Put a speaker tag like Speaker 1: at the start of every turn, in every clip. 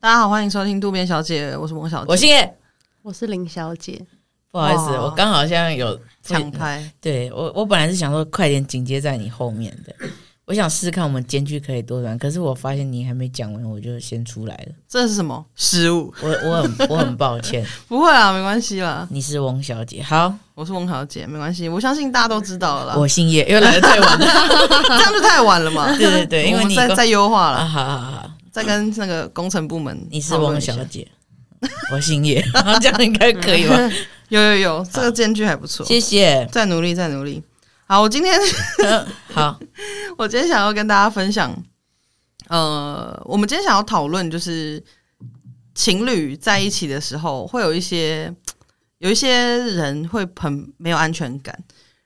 Speaker 1: 大家好，欢迎收听渡边小姐，我是蒙小姐，
Speaker 2: 我姓叶，
Speaker 3: 我是林小姐，
Speaker 2: 不好意思，
Speaker 1: 哇
Speaker 2: 我刚好像有
Speaker 1: 抢。拍，
Speaker 2: 对我，我本来是想说快点紧接在你后面的，我想试试看我们间距可以多短，可是我发现你还没讲完，我就先出来了。
Speaker 1: 这是什么失误？
Speaker 2: 我我很我很抱歉，
Speaker 1: 不会啊啦，没关系啦，
Speaker 2: 你是翁小姐，好，
Speaker 1: 我是蒙小姐，没关系，我相信大家都知道了啦，
Speaker 2: 我姓叶，又来的太晚了。
Speaker 1: 这样就太晚了嘛，
Speaker 2: 对对对，因
Speaker 1: 我
Speaker 2: 为
Speaker 1: 们
Speaker 2: 你
Speaker 1: 再
Speaker 2: 跟
Speaker 1: 再优化
Speaker 2: 啊，
Speaker 1: 了，
Speaker 2: 好好好，
Speaker 1: 再跟那个工程部门，
Speaker 2: 你是翁小，姐，我姓叶，这样应该可以
Speaker 1: 嗯
Speaker 2: 吧？
Speaker 1: 有有有，这个间距还不错，
Speaker 2: 谢谢。
Speaker 1: 再努力，再努力。好，我今天
Speaker 2: 好，
Speaker 1: 我今天想要跟大家分享，呃，我们今天想要讨论就是情侣在一起的时候，会有一些有一些人会很没有安全感，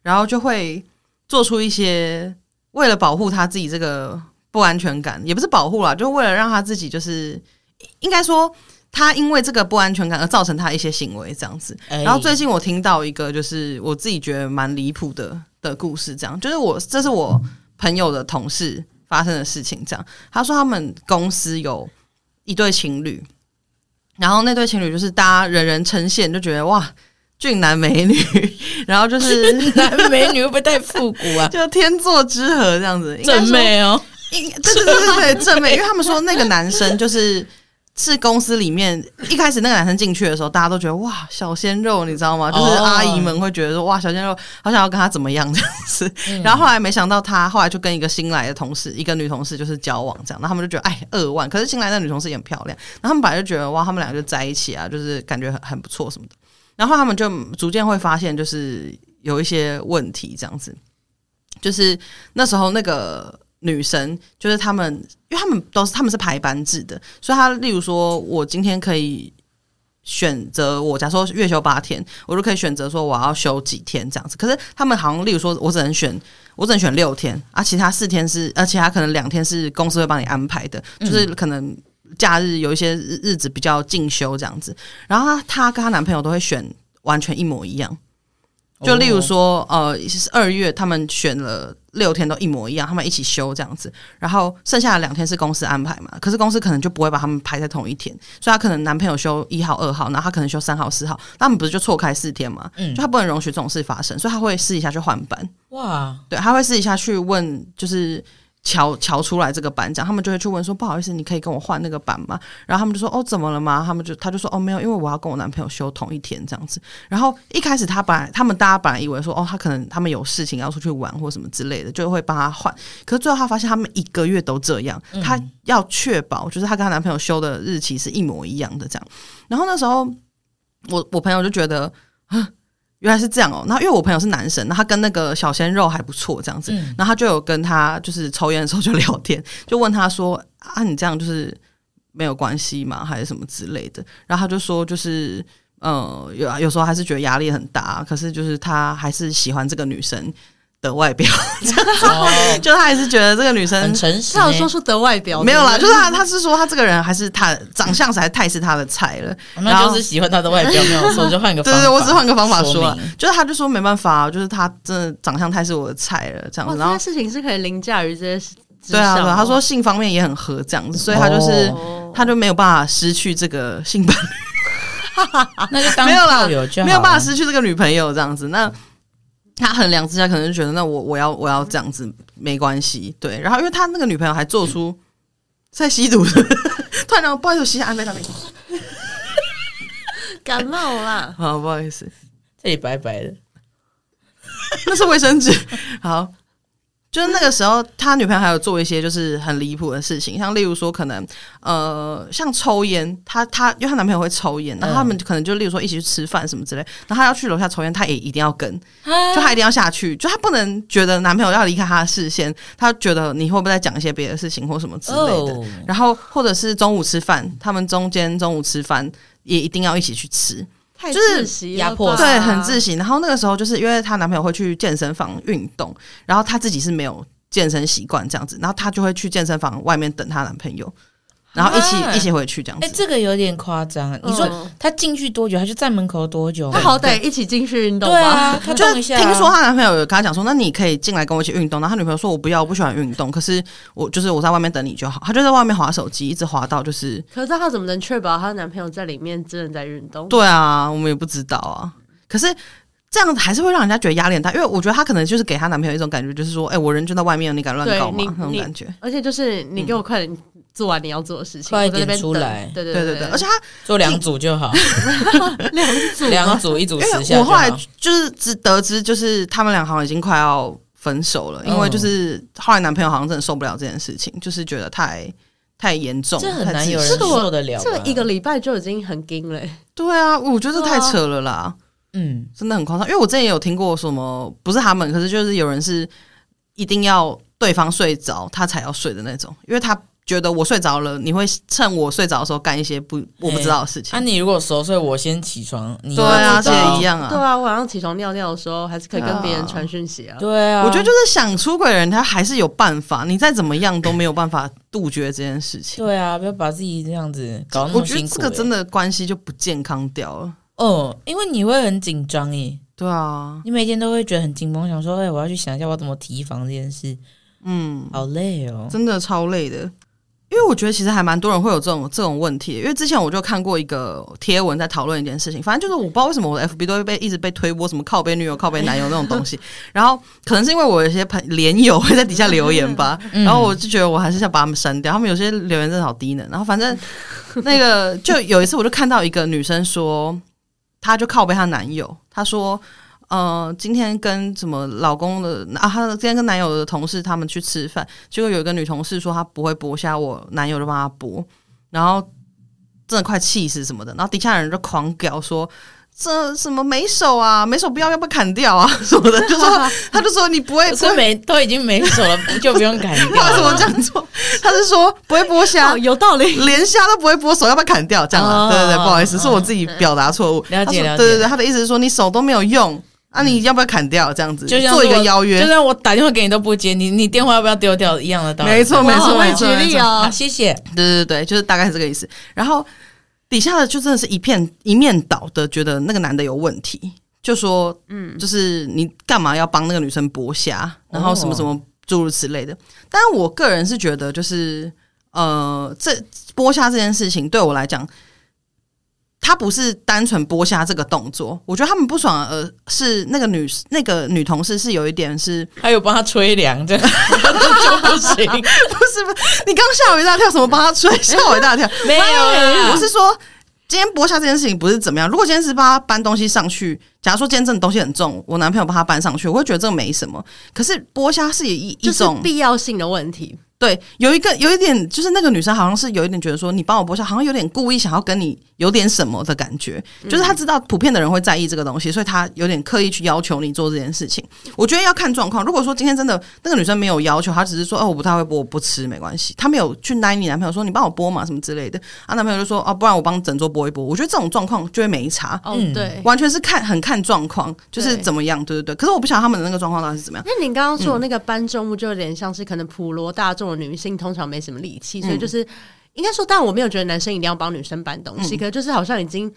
Speaker 1: 然后就会做出一些为了保护他自己这个不安全感，也不是保护啦，就为了让他自己就是应该说。他因为这个不安全感而造成他一些行为这样子，
Speaker 2: 哎
Speaker 1: 然后最近我听到一个，就是我自己觉得蛮离谱的的故事，这样就是我这是我朋友的同事发生的事情，这样他说他们公司有一对情侣，然后那对情侣就是大家人人称羡，就觉得哇俊男美女， 然后就是
Speaker 2: 男美女会不会太复古啊？
Speaker 1: 就天作之合这样子， 应该说
Speaker 2: 正妹哦，
Speaker 1: 应对对对对对，正妹，因为他们说那个男生就是是公司里面一开始那个男生进去的时候，大家都觉得哇小鲜肉，你知道吗？就是
Speaker 2: 哦
Speaker 1: 阿姨们会觉得说哇小鲜肉，好想要跟他怎么样这样子。 然后后来没想到他后来就跟一个新来的同事，一个女同事就是交往这样，然后他们就觉得哎二万，可是新来的女同事也很漂亮，然后他们本来就觉得哇他们俩就在一起啊，就是感觉很很不错什么的。然后他们就逐渐会发现，就是有一些问题这样子。就是那时候那个女生，就是他们，因为他们都是他们是排班制的，所以他例如说我今天可以选择我，假如说月休八天，我就可以选择说我要休几天这样子。可是他们好像例如说我只能选我只能选六天，啊，其他四天是，而且他可能两天是公司会帮你安排的，就是可能。假日有一些日日子比较进修这样子，然后她她跟她男朋友都会选完全一模一样，就例
Speaker 2: 哦
Speaker 1: 如说，呃，二月他们选了六天都一模一样，他们一起休这样子，然后剩下的两天是公司安排嘛，可是公司可能就不会把他们排在同一天，所以他可能男朋友休一号、二号，然后他可能休三号、四号，那他们不是就错开四天嘛？
Speaker 2: 嗯
Speaker 1: 就他不能容许这种事发生，所以他会私底下去换班，
Speaker 2: 哇，
Speaker 1: 对，他会私底下去问，就是瞧瞧出来这个班长，他们就会去问说，不好意思，你可以跟我换那个班吗？然后他们就说，哦，怎么了吗？他们就他就说，哦，没有，因为我要跟我男朋友休同一天这样子。然后一开始他本来他们大家本来以为说，哦，他可能他们有事情要出去玩或什么之类的，就会帮他换。可是最后他发现他们一个月都这样，他要确保就是她跟她男朋友休的日期是一模一样的这样。然后那时候我我朋友就觉得。啊原来是这样哦，那因为我朋友是男生，那他跟那个小鲜肉还不错，这样子，
Speaker 2: 嗯
Speaker 1: 然后他就有跟他就是抽烟的时候就聊天， 就问他说啊，你这样就是没有关系嘛，还是什么之类的，然后他就说就是呃，有有时候还是觉得压力很大，啊可是就是他还是喜欢这个女生的外表，
Speaker 2: 哦
Speaker 1: 就他还是觉得这个女生
Speaker 2: 很诚实呢。
Speaker 3: 她有说出的外表
Speaker 1: 没有啦，
Speaker 3: 对不
Speaker 1: 就
Speaker 3: 对
Speaker 1: 是他，他是说他这个人还是他长相实在太是他的菜了。
Speaker 2: 哦那就是喜欢他的外表，没有错，就换个
Speaker 1: 对
Speaker 2: 方法
Speaker 1: 对，我只是换个方法说啊了
Speaker 2: 明，
Speaker 1: 就是他就说没办法，啊就是他真的长相太是我的菜了，这样
Speaker 3: 哇，
Speaker 1: 子。
Speaker 3: 这
Speaker 1: 然后
Speaker 3: 件事情是可以凌驾于这些事之
Speaker 1: 对啊，
Speaker 3: 上
Speaker 1: 对
Speaker 3: 哦
Speaker 1: 啊他说性方面也很合这样子，所以他就是
Speaker 3: 哦
Speaker 1: 他就没有办法失去这个性伴
Speaker 2: 那就当
Speaker 1: 没有啦
Speaker 2: 炮友就好 了啊
Speaker 1: 没有办法失去这个女朋友这样子。那他衡量之下，可能就觉得那我我要我要这样子没关系，对。然后因为他那个女朋友还做出在吸毒的， 突然让我不好意思，我吸下安非他命。
Speaker 3: 感冒啦，
Speaker 1: 好，不好意思，
Speaker 2: 这里白白的，
Speaker 1: 那是卫生纸。好，就是那个时候，他女朋友还有做一些就是很离谱的事情，像例如说，可能呃，像抽烟，他他因为她男朋友会抽烟，然后他们可能就例如说一起去吃饭什么之类，然后她要去楼下抽烟，她也一定要跟，就她一定要下去，就她不能觉得男朋友要离开她的视线，她觉得你会不会在讲一些别的事情或什么之类的。
Speaker 2: 哦
Speaker 1: 然后或者是中午吃饭，他们中间中午吃饭也一定要一起去吃，
Speaker 3: 太
Speaker 1: 就是
Speaker 3: 窒息了
Speaker 2: 压迫
Speaker 3: 吧
Speaker 1: 对，很窒息。然后那个时候就是因为她男朋友会去健身房运动，然后她自己是没有健身习惯这样子，然后她就会去健身房外面等她男朋友。然后一起
Speaker 2: 啊
Speaker 1: 一起回去这样
Speaker 2: 哎、
Speaker 1: 子。
Speaker 2: 这个有点夸张。啊你说
Speaker 3: 嗯
Speaker 2: 他进去多久？他就站门口多久？
Speaker 3: 他好歹一起进去运动
Speaker 2: 对
Speaker 3: 吧？
Speaker 2: 啊，他
Speaker 1: 就
Speaker 2: 动
Speaker 1: 是
Speaker 2: 一下。
Speaker 1: 听说她男朋友有跟她讲说，那你可以进来跟我一起运动。然后她女朋友说，我不要，我不喜欢运动。可是我就是我在外面等你就好。她就在外面划手机，一直划到就是，
Speaker 3: 可是她怎么能确保她男朋友在里面真的在运动？
Speaker 1: 对啊，我们也不知道啊。可是这样还是会让人家觉得压力很大，因为我觉得她可能就是给她男朋友一种感觉，就是说，哎、我人就在外面，你敢乱
Speaker 3: 对
Speaker 1: 搞
Speaker 3: 你
Speaker 1: 吗？那种
Speaker 3: 你
Speaker 1: 感觉。
Speaker 3: 而且就是你给我快点做完你要做的事情，
Speaker 2: 快
Speaker 3: 我在那边
Speaker 2: 点出
Speaker 3: 等
Speaker 2: 来
Speaker 3: 对对
Speaker 1: 对对
Speaker 3: 对
Speaker 1: 对，而且她
Speaker 2: 做两组 就好，
Speaker 3: 两组吗
Speaker 2: 两组一组十
Speaker 1: 啊因
Speaker 2: 下
Speaker 1: 为
Speaker 2: 就
Speaker 1: 我后
Speaker 2: 好。
Speaker 1: 来就是只得知，就是他们俩好像已经快要分手了，因
Speaker 2: 嗯
Speaker 1: 为就是后来男朋友好像真的受不了这件事情，就是觉得太太严重，
Speaker 2: 这很
Speaker 1: 太
Speaker 2: 难
Speaker 1: 自
Speaker 2: 有人
Speaker 1: 私
Speaker 3: 这个我
Speaker 2: 受得了吧。
Speaker 3: 这个一个礼拜就已经很惊嘞、
Speaker 1: 对啊，我觉得这
Speaker 3: 对
Speaker 1: 太
Speaker 3: 啊
Speaker 1: 扯了啦，
Speaker 2: 嗯，
Speaker 1: 真的很夸张。因为我之前也有听过什么，不是他们，可是就是有人是一定要对方睡着他才要睡的那种，因为他觉得我睡着了，你会趁我睡着的时候干一些不我不知道的事情。
Speaker 2: 啊，你如果熟睡，我先起床，你
Speaker 1: 对啊，
Speaker 2: 要知
Speaker 1: 这
Speaker 2: 道
Speaker 1: 也一。样
Speaker 3: 对啊，我晚上起床尿尿的时候，还是可以跟别人传讯息啊。
Speaker 2: 对啊，
Speaker 1: 我觉得就是想出轨的人，他还是有办法，你再怎么样都没有办法杜绝这件事情。
Speaker 2: 对啊，不要把自己这样子搞那
Speaker 1: 我
Speaker 2: 么
Speaker 1: 觉
Speaker 2: 啊辛
Speaker 1: 得
Speaker 2: 苦、欸
Speaker 1: 这个真
Speaker 2: 的，
Speaker 1: 的关系就不健康掉了。
Speaker 2: 哦，因为你会很紧张耶，
Speaker 1: 对啊，
Speaker 2: 你每天都会觉得很紧绷，想说，哎、我要去想一下我要怎么提防这件事，
Speaker 1: 嗯，
Speaker 2: 好累哦。
Speaker 1: 真的超累的。因为我觉得其实还蛮多人会有这种这种问题，因为之前我就看过一个贴文在讨论一件事情，反正就是我不知道为什么我的 FB 都会被一直被推播什么靠背女友、靠背男友那种东 西，然后可能是因为我有一些朋连友会在底下留言吧，
Speaker 2: 嗯
Speaker 1: 然后我就觉得我还是想把他们删掉，他们有些留言真的好低能。然后反正 那个就有一次我就看到一个女生说，她就靠背她男友，她说。呃，今天跟什么老公的啊？她今天跟男友的同事他们去吃饭，结果有一个女同事说她不会剥虾，我男友就帮她剥，然后真的快气死什么的，然后底下人就狂屌说这什么没手啊，没手不要，要不要砍掉啊什么的，就 说他就说你不 会
Speaker 2: 可
Speaker 1: 不
Speaker 2: 是
Speaker 1: 会，
Speaker 2: 没都已经没手了，不就不用砍掉
Speaker 1: 为什么
Speaker 2: 了。
Speaker 1: 这样做？他是说不会剥虾
Speaker 3: 哦，，有道理。
Speaker 1: 连虾都不会剥，手要不要砍掉？这样啊？
Speaker 2: 哦
Speaker 1: 对对对，
Speaker 2: 哦
Speaker 1: 不好意思，
Speaker 2: 哦
Speaker 1: 是我自己表达错误。
Speaker 2: 了解
Speaker 1: 他说
Speaker 2: 了解嗯
Speaker 1: 对对对，他的意思是说你手都没有用。啊，你要不要砍掉？这样子
Speaker 2: 就像
Speaker 1: 做一个
Speaker 2: 我
Speaker 1: 邀
Speaker 2: 就
Speaker 1: 约，
Speaker 2: 算我打电话给你都不接，你你电话要不要丢掉一样的道理。
Speaker 1: 没错没啊错
Speaker 3: 我
Speaker 1: 没
Speaker 3: 会举
Speaker 1: 错。没
Speaker 3: 例
Speaker 1: 错
Speaker 3: 哦
Speaker 2: 好，。谢谢。
Speaker 1: 对对对，就是大概是这个意思。然后底下的就真的是一片一面倒的，觉得那个男的有问题，就说，嗯，就是你干嘛要帮那个女生剥虾，然后什么什么诸如此类的。但我个人是觉得，就是呃，这剥虾这件事情对我来讲。他不是单纯剥虾这个动作，我觉得他们不爽，呃，是那个女那个女同事是有一点是
Speaker 2: 还有帮他吹凉，这样 就不
Speaker 1: 不是
Speaker 2: 行。
Speaker 1: 不是，你刚吓我一大跳，什么帮他 吹，吓我一大跳。
Speaker 2: 没有啦
Speaker 1: 我是说，今天剥虾这件事情不是怎么样。如果今天是帮他搬东西上去，假如说今天这东西很重，我男朋友帮他搬上去，我会觉得这个没什么。可是剥虾是一一
Speaker 3: 就是
Speaker 1: 种、
Speaker 3: 必要性的问题，
Speaker 1: 对，有一个有一点就是那个女生好像是有一点觉得说，你帮我剥虾，好像有点故意想要跟你有点什么的感觉，
Speaker 3: 嗯
Speaker 1: 就是她知道普遍的人会在意这个东西，所以她有点刻意去要求你做这件事情。我觉得要看状况，如果说今天真的那个女生没有要求，她只是说哦我不太会剥，我不吃没关系，她没有去拉你男朋友说你帮我剥嘛什么之类的，啊男朋友就说哦不然我帮整桌剥一剥，我觉得这种状况就会没差。
Speaker 3: 哦
Speaker 2: 嗯，
Speaker 3: 对。
Speaker 1: 完全是看很看状况，就是
Speaker 3: 对
Speaker 1: 怎么样，对对对。可是我不晓得他们的那个状况到底是怎么样。
Speaker 3: 那你刚刚说的那个搬重物，就有点像是可能普罗大众的女性通常没什么力
Speaker 1: 嗯
Speaker 3: 气，所以就是应该说，但我没有觉得男生一定要帮女生搬东
Speaker 1: 嗯
Speaker 3: 西，可是就是好像已经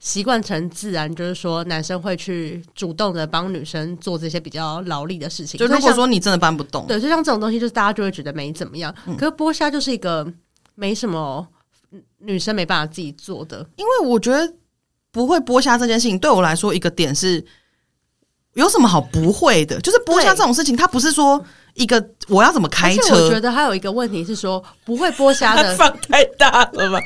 Speaker 3: 习惯成自然，就是说男生会去主动的帮女生做这些比较劳力的事情。
Speaker 1: 就
Speaker 3: 所以
Speaker 1: 如果
Speaker 3: 像
Speaker 1: 说你真的搬不动，
Speaker 3: 对，就像这种东西，就是大家就会觉得没怎么样。
Speaker 1: 嗯
Speaker 3: 可是剥虾就是一个没什么嗯女生没办法自己做的，
Speaker 1: 因为我觉得不会剥虾这件事情，对我来说一个点是，有什么好不会的？就是剥虾
Speaker 3: 对
Speaker 1: 这种事情，它不是说一个我要怎么
Speaker 3: 而
Speaker 1: 开
Speaker 3: 且我觉
Speaker 1: 车，
Speaker 3: 得还有一个问题是说，不会剥虾
Speaker 2: 他
Speaker 3: 的，
Speaker 2: 放太大了吧？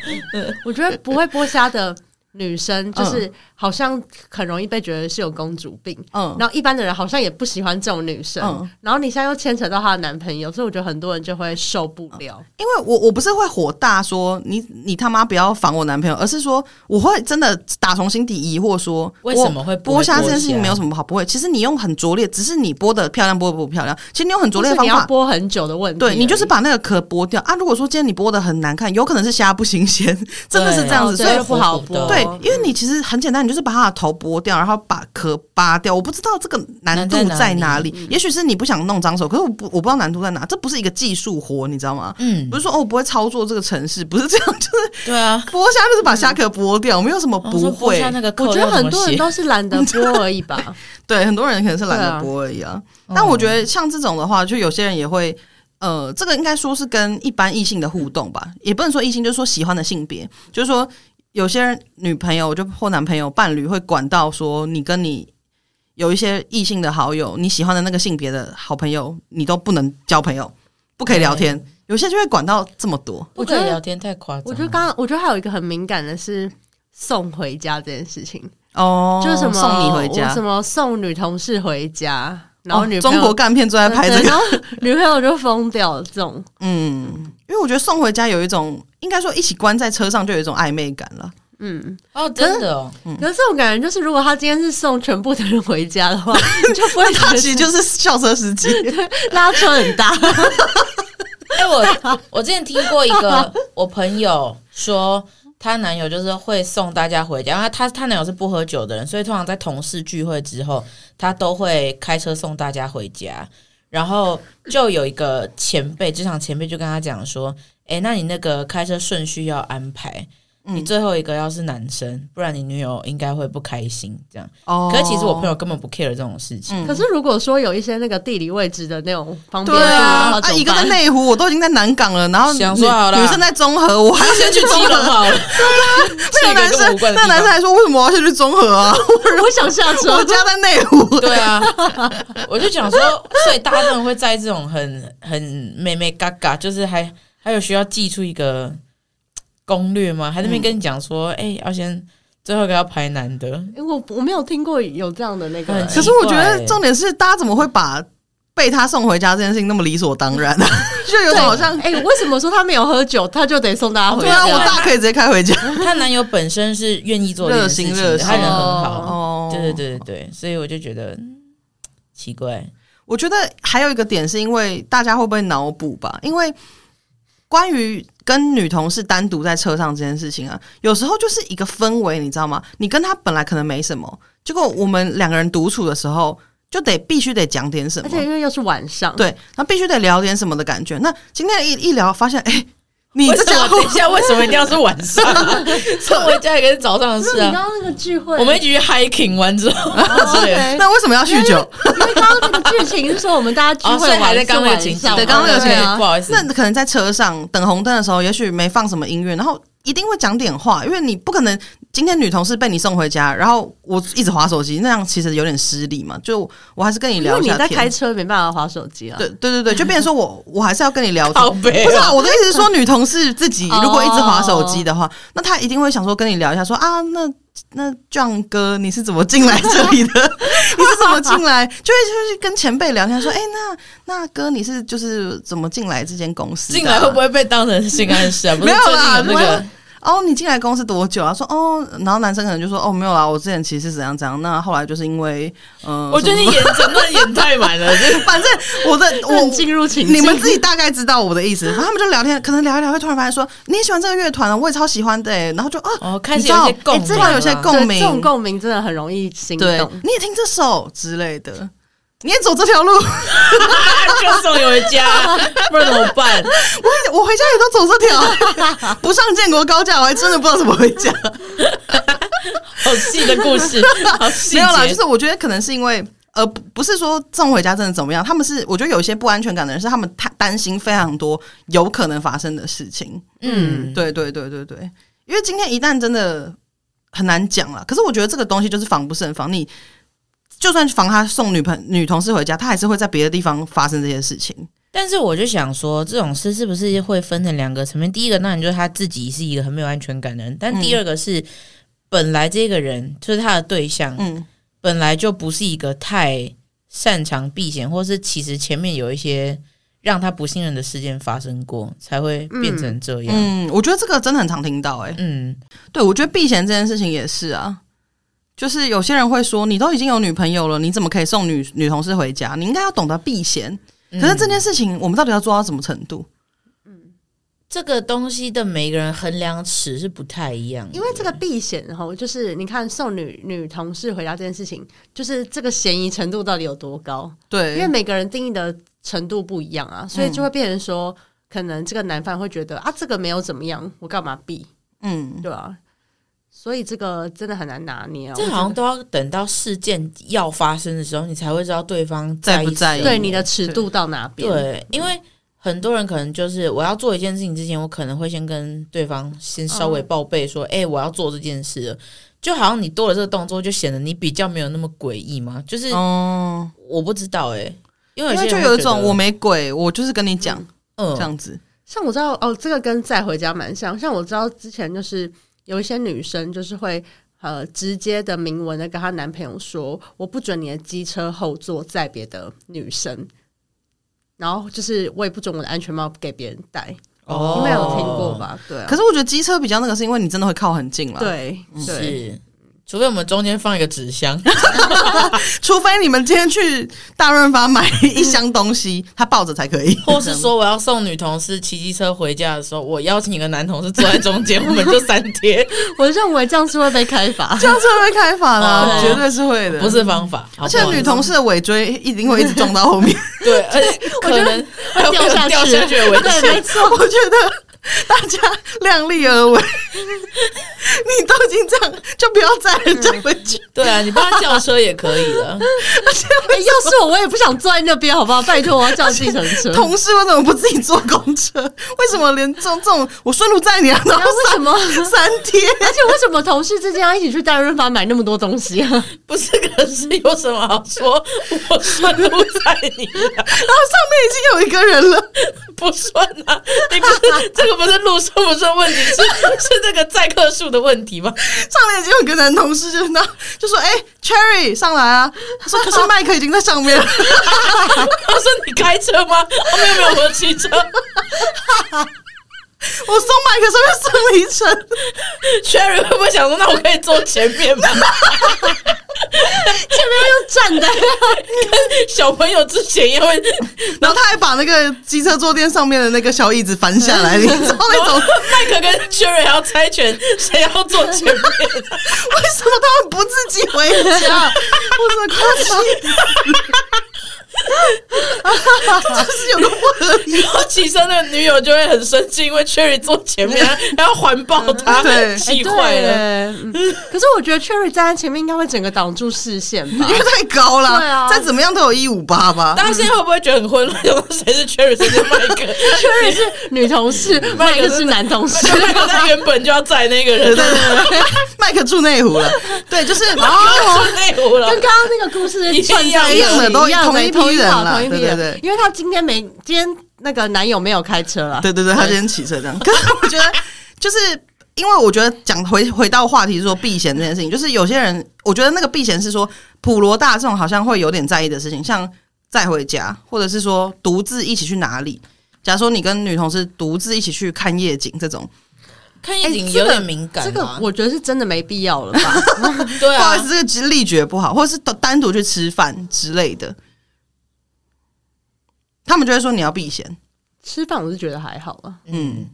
Speaker 3: 我觉得不会剥虾的女生，就是好像很容易被觉得是有公主病。
Speaker 1: 嗯，
Speaker 3: 然后一般的人好像也不喜欢这种女生，
Speaker 1: 嗯
Speaker 3: 然后你现在又牵扯到她的男朋友，所以我觉得很多人就会受不了。
Speaker 1: 因为我我不是会火大说你你他妈不要烦我男朋友，而是说我会真的打从心底疑惑说
Speaker 2: 为什么会不会
Speaker 1: 剥虾这件
Speaker 2: 剥
Speaker 1: 事情
Speaker 2: 虾
Speaker 1: 没有什么好不会？其实你用很拙劣，只是你剥的漂亮剥的不漂亮，其实你用很拙劣
Speaker 3: 就
Speaker 1: 的
Speaker 3: 是
Speaker 1: 方
Speaker 3: 你要
Speaker 1: 法。
Speaker 3: 剥很久的问题而已，
Speaker 1: 对你就是把那个壳剥掉啊！如果说今天你剥的很难看，有可能是虾不新鲜，真的是这样子，
Speaker 3: 对
Speaker 1: 所以
Speaker 3: 就不好
Speaker 2: 对啊嗯
Speaker 3: 剥。
Speaker 1: 对对，因为你其实很简单，你就是把他的头剥掉，然后把壳扒掉。我不知道这个难度
Speaker 2: 难在
Speaker 1: 在
Speaker 2: 哪嗯
Speaker 1: 哪里，也许是你不想弄脏手，可是我不我不知道难度在哪，这不是一个技术活，你知道吗？
Speaker 2: 嗯
Speaker 1: 不，是说哦，我不会操作这个程式，不是这样，就是
Speaker 2: 对啊，
Speaker 1: 剥虾就是把虾壳剥掉，没有什么
Speaker 2: 我
Speaker 1: 不
Speaker 2: 哦说剥
Speaker 1: 会。
Speaker 2: 下那个
Speaker 3: 我
Speaker 2: 扣
Speaker 3: 觉
Speaker 2: 要
Speaker 3: 得
Speaker 2: 怎
Speaker 3: 很
Speaker 2: 么
Speaker 3: 多人
Speaker 2: 写，
Speaker 3: 都是懒得播而已 吧。
Speaker 1: 对，很多人可能是懒
Speaker 3: 对
Speaker 1: 得
Speaker 3: 啊
Speaker 1: 剥而已啊。
Speaker 2: 嗯
Speaker 1: 但我觉得像这种的话，就有些人也会，呃，这个应该说是跟一般异性的互动吧，也不能说异性，就是说喜欢的性别，就是说有些人女朋友就或男朋友伴侣会管到说你跟你。有一些异性的好友，你喜欢的那个性别的好朋友，你都不能交朋友，不可以聊天。有些就会管到这么多，
Speaker 2: 不可以聊天太夸张了。
Speaker 3: 我觉得刚刚，我觉得还有一个很敏感的是送回家这件事情，
Speaker 1: 哦
Speaker 3: 就是什么
Speaker 1: 送你回
Speaker 3: 我
Speaker 1: 家
Speaker 3: 什，么送女同事回家，然后
Speaker 1: 哦
Speaker 3: 女朋
Speaker 1: 中
Speaker 3: 友、
Speaker 1: 国干片最爱拍这
Speaker 3: 对
Speaker 1: 个
Speaker 3: 然，后女朋友就疯掉了这种。
Speaker 1: 嗯，因为我觉得送回家有一种，应该说一起关在车上就有一种暧昧感了。
Speaker 3: 嗯，
Speaker 2: 哦，真的哦，
Speaker 3: 可是这种感觉就是，如果他今天是送全部的人回家 的话，你就不会
Speaker 1: 他
Speaker 3: 觉
Speaker 1: 其实就是校车司机，
Speaker 3: 得拉车很大。
Speaker 2: 哎， 我
Speaker 1: 啊
Speaker 2: 我之前听过一个我朋友说，她男友就是会送大家回家，然后她她男友是不喝酒的人，所以通常在同事聚会之后，她都会开车送大家回家。然后就有一个前辈，职场前辈就跟他讲说：“哎，那你那个开车顺序要安排，你
Speaker 1: 嗯，
Speaker 2: 最后一个要是男生，不然你女友应该会不开心。”这样，
Speaker 1: 哦
Speaker 2: 可是其实我朋友根本不 care 这种事情。
Speaker 1: 嗯
Speaker 3: 可是如果说有一些那个地理位置的那种方便
Speaker 1: 对
Speaker 3: 度，然
Speaker 1: 啊
Speaker 3: 后，
Speaker 1: 啊，
Speaker 3: 怎
Speaker 1: 一
Speaker 3: 么
Speaker 1: 个
Speaker 3: 办
Speaker 1: 在内湖，我都已经在南港了，然后女
Speaker 2: 想说好啦
Speaker 1: 女生在中和，我还要先去中
Speaker 2: 基隆
Speaker 1: 和。
Speaker 2: 好了，
Speaker 1: 那
Speaker 2: 去
Speaker 1: 个啊
Speaker 2: 一个
Speaker 1: 男
Speaker 2: 跟我
Speaker 1: 生
Speaker 2: 无关，的
Speaker 1: 那
Speaker 2: 地
Speaker 1: 个男
Speaker 2: 方
Speaker 1: 生。还说为什么我要先去中和啊？
Speaker 3: 我想下 车，
Speaker 1: 我家在内湖。
Speaker 2: 对啊，我就想说，所以大家真的会在意这种很很妹妹嘎嘎，就是还还有需要记出一个攻略吗？还在那边跟你讲说，哎、要先最后一个要排男的，
Speaker 3: 因为我我没有听过有这样的那个、欸
Speaker 2: 很
Speaker 1: 可是我觉得重点是，大家怎么会把被他送回家这件事情那么理所当然呢？啊 就有
Speaker 3: 对，
Speaker 1: 种好像
Speaker 3: 哎、为什么说他没有喝酒，他就得送大家回
Speaker 1: 对
Speaker 3: 家？
Speaker 1: 啊，
Speaker 2: 对
Speaker 1: 我
Speaker 2: 啊
Speaker 1: 大可以直接开回家。
Speaker 2: 她男友本身是愿意做这件事情
Speaker 1: 热
Speaker 2: 的，
Speaker 1: 心
Speaker 2: 他人很好，
Speaker 1: 哦
Speaker 2: 对对对对对，所以我就觉得嗯奇怪，
Speaker 1: 我觉得还有一个点是因为大家会不会脑补吧？因为关于跟女同事单独在车上这件事情啊，有时候就是一个氛围，你知道吗？你跟她本来可能没什么，结果我们两个人独处的时候，就得必须得讲点什么
Speaker 3: 而，且因为又是晚上，
Speaker 1: 对，那必须得聊点什么的感觉。那今天一一聊，发现哎、你
Speaker 2: 为
Speaker 1: 这
Speaker 2: 什
Speaker 1: 家
Speaker 2: 么
Speaker 1: 伙
Speaker 2: 等一下为什么一定要是晚 上、啊？送回家也是早上的
Speaker 3: 那
Speaker 2: 事
Speaker 3: 你刚
Speaker 2: 啊。
Speaker 3: 刚那个聚会，
Speaker 2: 我们一起去 hiking 完之后，
Speaker 1: 哦
Speaker 2: 之类的
Speaker 1: 那为什么要酗酒？
Speaker 3: 因为刚刚那个剧情是说我们大家聚
Speaker 2: 哦，
Speaker 3: 会
Speaker 2: 所以
Speaker 3: 晚
Speaker 2: 还在刚刚
Speaker 3: 上
Speaker 2: 那
Speaker 3: 晚
Speaker 2: 个情
Speaker 3: 上，
Speaker 2: 景，
Speaker 1: 对刚刚那个情
Speaker 3: 对
Speaker 1: 景
Speaker 3: 啊
Speaker 2: 哦不好意思，
Speaker 1: 那可能在车上等红灯的时候，也许没放什么音乐，然后一定会讲点话，因为你不可能今天女同事被你送回家，然后我一直划手机，那样其实有点失礼嘛。就我还是跟你
Speaker 3: 因
Speaker 1: 聊
Speaker 3: 为
Speaker 1: 一
Speaker 3: 你
Speaker 1: 下
Speaker 3: 在
Speaker 1: 天
Speaker 3: 开车，没办法划手机啊。
Speaker 1: 对对对对，就变成说我我还是要跟你聊天
Speaker 2: 靠。背
Speaker 1: 不是、啊、我的意思是说，女同事自己
Speaker 3: 哦
Speaker 1: 如果一直划手机的话，那她一定会想说跟你聊一下说啊，那那壮哥你是怎么进来这里的？ 你是怎么进来？就会就是跟前辈聊天说，哎、那那哥你是就是怎么进来这间公司的啊？
Speaker 2: 进来会不会被当成性暗示啊？不 是
Speaker 1: 没有
Speaker 2: 最近
Speaker 1: 啦
Speaker 2: 有那个
Speaker 1: 哦，你进来公司多久啊？说哦，然后男生可能就说哦，没有啦，我之前其实是怎样怎样。那后来就是因为，嗯、
Speaker 2: 我觉得你演整段演太 满了，就是
Speaker 1: 什么反正我 的
Speaker 3: 我
Speaker 1: 我
Speaker 3: 进入情境，
Speaker 1: 你们自己大概知道我的意思。然后他们就聊天，可能聊一聊，会突然发现说你也喜欢这个乐团啊，我也超喜欢的、欸。然后就啊，
Speaker 2: 哦，开始有一些共鸣
Speaker 1: 你知道哎这个有些
Speaker 2: 了
Speaker 1: 共鸣
Speaker 3: 对这种共鸣真的很容易心
Speaker 1: 对
Speaker 3: 动。，
Speaker 2: 嗯
Speaker 1: 你也听这首之类的，你也走这条路，
Speaker 2: 就送回家，不然怎么办？
Speaker 1: 我我回家也都走这条， 不上建国高架，我还真的不知道怎么回家。
Speaker 2: 好细的故 事，好细
Speaker 1: 没有啦，就
Speaker 2: 节。
Speaker 1: 是我觉得可能是因为。呃，不不是说送回家真的怎么样，他们是我觉得有一些不安全感的人，是他们太担心非常多有可能发生的事情。
Speaker 2: 嗯，
Speaker 1: 对对对对对，因为今天一旦真的很难讲了，可是我觉得这个东西就是防不胜防，你就算防他送女朋女同事回家，他还是会在别的地方发生这些事情。
Speaker 2: 但是我就想说，这种事是不是会分成两个层面？第一个，当然就是他自己是一个很没有安全感的人，
Speaker 1: 嗯
Speaker 2: 但第二个是，本来这个人就是他的对象，
Speaker 1: 嗯，
Speaker 2: 本来就不是一个太擅长避险，或是其实前面有一些让他不信任的事件发生过，才会变成这样。
Speaker 1: 嗯，我觉得这个真的很常听到、欸，
Speaker 2: 嗯，
Speaker 1: 对，我觉得避嫌这件事情也是啊，就是有些人会说，你都已经有女朋友了，你怎么可以送女女同事回家？你应该要懂得避嫌。可是这件事情，我们到底要做到什么程度？
Speaker 2: 这个东西的每个人衡量尺是不太一样的，
Speaker 3: 因为这个避嫌哈，就是你看送女女同事回答这件事情，就是这个嫌疑程度到底有多高？因为
Speaker 1: 对，嗯
Speaker 3: 每个人定义的程度不一样啊，所以就会变成说，可能这个男犯会觉得啊，这个没有怎么样，我干嘛避？
Speaker 1: 嗯，
Speaker 3: 对啊，所以这个真的很难拿捏啊。
Speaker 2: 这
Speaker 3: 我觉
Speaker 2: 好像
Speaker 3: 得
Speaker 2: 都要等到事件要发生的时候，你才会知道对方
Speaker 1: 在不
Speaker 2: 意
Speaker 1: 在意
Speaker 2: 什么
Speaker 3: 对你的尺度到哪边？，
Speaker 1: 嗯
Speaker 2: 对，因为很多人可能就是我要做一件事情之前，我可能会先跟对方先稍
Speaker 1: 哦
Speaker 2: 微报备说，哎、我要做这件事了。就好像你多了这个动作，就显得你比较没有那么诡异嘛。就是
Speaker 1: 哦，
Speaker 2: 我不知道哎、因为
Speaker 1: 因为
Speaker 2: 有些
Speaker 1: 就
Speaker 2: 人
Speaker 1: 有
Speaker 2: 会
Speaker 1: 一
Speaker 2: 觉
Speaker 1: 种
Speaker 2: 得
Speaker 1: 我没鬼，我就是跟你讲
Speaker 2: 嗯
Speaker 1: 这样子，
Speaker 3: 像我知道哦，这个跟再回家蛮像。像我知道之前就是有一些女生就是会呃直接的明文的跟她男朋友说，我不准你的机车后座载别的女生。然后就是我也不准我的安全帽给别人戴，
Speaker 2: 哦
Speaker 3: 你们有听过？吧？对啊、
Speaker 1: 可是我觉得机车比较那个，是因为你真的会靠很近了。，
Speaker 3: 对对，
Speaker 2: 嗯是，除非我们中间放一个 纸箱，
Speaker 1: 除非你们今天去大润发 买一箱东西，他抱着才可以。
Speaker 2: 或是说我要送女同事骑机车回家的时候，我邀请一个男同事坐在中间，我们就三 贴，
Speaker 3: 我认为这样是会被开 罚
Speaker 1: 这。样是会被开罚的啊、
Speaker 2: 哦
Speaker 1: 绝对是会的。
Speaker 2: 不，是方法。好
Speaker 1: 而
Speaker 2: 不
Speaker 1: 且
Speaker 2: 好
Speaker 1: 女同事的尾椎一定会一直撞到后面。
Speaker 2: 对，而且可能还有
Speaker 3: 掉下去
Speaker 2: 掉下去的 危险。
Speaker 3: 对，没错，
Speaker 1: 我觉得大家量力而为， 你都已经这样，就不要再人家回去。
Speaker 2: 对啊，你帮他叫车也可以啊了。
Speaker 3: 哎要是我，我也不想坐在那边，好不好？拜托，我要叫计程车。
Speaker 1: 同事为什么不自己坐公车？为什么连这种这种我顺路载你啊？然后
Speaker 3: 然后为什么？
Speaker 1: 三三天，
Speaker 3: 而且为什么同事之间要一起去大润发买那么多东西啊？
Speaker 2: 不是，可是有什么好说？我顺路载你啊，
Speaker 1: 然后上面已经有一个人了，
Speaker 2: 不顺啊！你不是这个不是路顺不顺问题，是是这个载客数的问题吗？
Speaker 1: 上面已经有一个男同事就那就说：“哎、c h e r r y 上来啊！”他 说：“可是麦克已经在上面了。
Speaker 2: 他说你开车吗？哦，没有没有，我骑车。”
Speaker 1: 我送麦克上面送了一程，
Speaker 2: Sherry 会不会想说，那我可以坐前面吗？
Speaker 3: 前面用站的，
Speaker 2: 小朋友之前也会
Speaker 1: 然后他还把那个机车坐垫上面的那个小椅子翻下 来，你知道那种
Speaker 2: 麦克跟 Sherry 还要猜拳，谁要坐前面？啊
Speaker 1: 为什么他们不自己回家？我真的快气死！就是有个不合 理。
Speaker 2: 然后骑车那个女友就会很生气，因为 Cherry 坐前面，然后环抱他，
Speaker 1: 嗯对
Speaker 2: 气坏了。
Speaker 3: 了。嗯可是我觉得 Cherry 站在前面应该会整个挡住视线吧
Speaker 1: 因？为太高了，
Speaker 3: 对啊
Speaker 1: 再怎么样都有一五八吧。
Speaker 2: 大家现在会不会觉得很混乱？想 说谁是 Cherry，谁是麦克
Speaker 3: Cherry 是女同事， 麦克是男同事。
Speaker 2: 麦克他原本就要载那个人，
Speaker 1: 对对对，麦克住内湖了，对，就是
Speaker 2: 哦，内湖了
Speaker 3: 跟。刚刚那个故事
Speaker 2: 一
Speaker 3: 串在
Speaker 2: 样一
Speaker 1: 样的都
Speaker 3: 一样
Speaker 1: 同一
Speaker 3: 一
Speaker 1: 批人
Speaker 3: 套
Speaker 1: 啦
Speaker 3: 同一批
Speaker 1: 对
Speaker 3: 人。
Speaker 1: 对对
Speaker 3: 因为他今天没，今天那个男友没有开车啊。
Speaker 1: 对对对，他今天骑车这样。可是我觉得，就是因为我觉得讲回回到话题是说避嫌这件事情，就是有些人，我觉得那个避嫌是说普罗大众好像会有点在意的事情，像再回家，或者是说独自一起去哪里。假如说你跟女同事独自一起去看夜景这种，
Speaker 2: 看夜景有点敏感啊，
Speaker 3: 这个我觉得是真的没必要了 吧？
Speaker 1: 不好
Speaker 2: 对
Speaker 1: 意
Speaker 2: 啊，
Speaker 1: 哎思，这个力觉不好，或者是单独去吃饭之类的，他们就会说你要避嫌。
Speaker 3: 吃饭我是觉得还好啊，
Speaker 1: 嗯，